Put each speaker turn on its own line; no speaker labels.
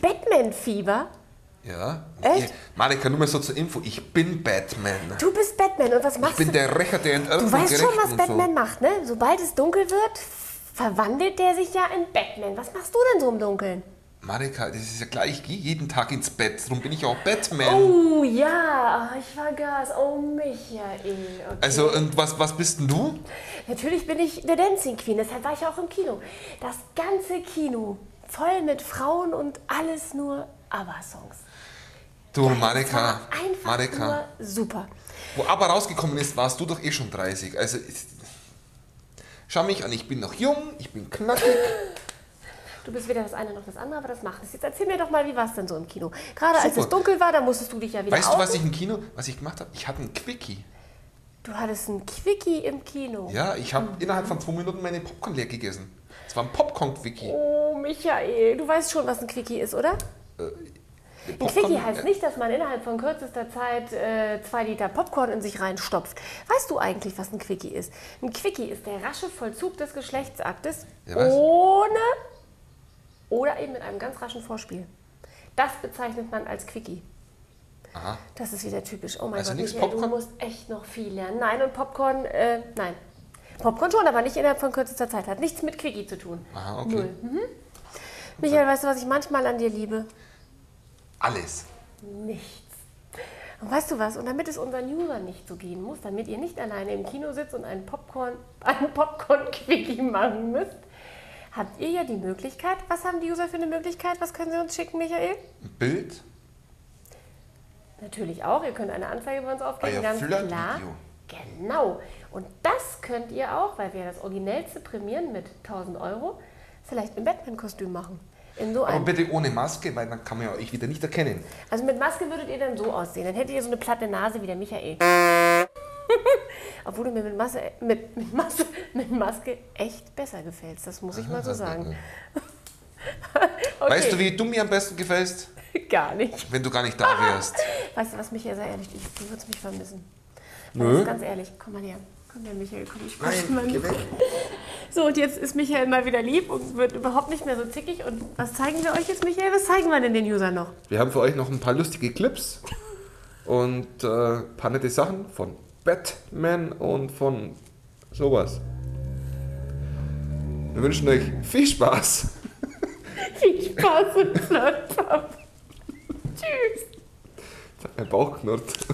Batman-Fieber?
Ja.
Echt?
Marika, nur mal so zur Info. Ich bin Batman.
Du bist Batman und was
Ich
machst
bin
du?
der Rächer, der enterbten
du weißt schon,
Gerechten
was
und
Batman macht, ne? Sobald es dunkel wird, verwandelt der sich ja in Batman. Was machst du denn so im Dunkeln?
So. Marika, das ist ja klar, ich gehe jeden Tag ins Bett. Darum bin ich auch Batman.
Oh ja, ich vergaß. Oh Michael. Okay.
Also, und was, was bist denn du?
Natürlich bin ich eine Dancing Queen, deshalb war ich auch im Kino. Das ganze Kino voll mit Frauen und alles nur ABBA-Songs.
Du,
Das war
Marika.
Einfach
Marika.
nur super.
Wo aber rausgekommen ist, warst du doch eh schon 30. Also, ist, schau mich an, ich bin noch jung, ich bin knackig.
Du bist weder das eine noch das andere, aber das macht es. Jetzt erzähl mir doch mal, wie war es denn so im Kino? Gerade als
Super.
es dunkel war, da musstest du dich ja wieder
Weißt du, was
outen.
ich im Kino, was ich gemacht habe? Ich hatte einen Quickie.
Du hattest ein Quickie im Kino.
Ja, ich habe
Mhm.
innerhalb von zwei Minuten meine Popcorn leer gegessen. Es war ein Popcorn-Quickie.
Oh, Michael, du weißt schon, was ein Quickie ist, oder? Ein Quickie
Äh,
heißt nicht, dass man innerhalb von kürzester Zeit äh, zwei Liter Popcorn in sich reinstopft. Weißt du eigentlich, was ein Quickie ist? Ein Quickie ist der rasche Vollzug des Geschlechtsaktes
Ja, was?
ohne oder eben mit einem ganz raschen Vorspiel. Das bezeichnet man als Quickie.
Aha.
Das ist wieder typisch. Oh mein
Also
Gott,
nix
Michael, du
Popcorn?
musst echt noch viel lernen. Nein, und Popcorn, äh, nein. Popcorn schon, aber nicht innerhalb von kürzester Zeit. Hat nichts mit Quickie zu tun.
Aha, Ah, okay.
Null. Michael, weißt du, was ich manchmal an dir liebe?
Alles.
Nichts. Und weißt du was? Und damit es unseren Usern nicht so gehen muss, damit ihr nicht alleine im Kino sitzt und einen Popcorn, einen Popcorn-Quickie machen müsst, habt ihr ja die Möglichkeit. Was haben die User für eine Möglichkeit? Was können sie uns schicken, Michael?
Ein Bild,
Natürlich auch. Ihr könnt eine Anzeige bei uns aufgeben,
Euer
ganz
Flirtvideo.
klar. Genau. Und das könnt ihr auch, weil wir das Originellste prämieren mit 1000 Euro, vielleicht im Batman-Kostüm machen. In so
aber
einem.
bitte ohne Maske, weil dann kann man ja euch wieder nicht erkennen.
Also mit Maske würdet ihr dann so aussehen. Dann hättet ihr so eine platte Nase wie der Michael. Obwohl du mir mit, Masse, mit, mit, Masse, mit Maske echt besser gefällst. Das muss ich mal
Ah,
so sagen. Okay.
Weißt du, wie du mir am besten gefällst?
Gar nicht.
Wenn du gar nicht
Ah!
da wärst.
Weißt du was, Michael, sei ehrlich, ich, du würdest mich vermissen.
Nö.
Nö. Ganz ehrlich, komm mal her. Komm her, Michael, komm, ich
Nein,
mal
geh weg.
So, und jetzt ist Michael mal wieder lieb und wird überhaupt nicht mehr so zickig. Und was zeigen wir euch jetzt, Michael? Was zeigen wir denn den User noch?
Wir haben für euch noch ein paar lustige Clips und äh, ein paar nette Sachen von Batman und von sowas. Wir wünschen euch viel Spaß.
Viel Spaß und Flirt, Tschüss.
Mein Bauch knurrt.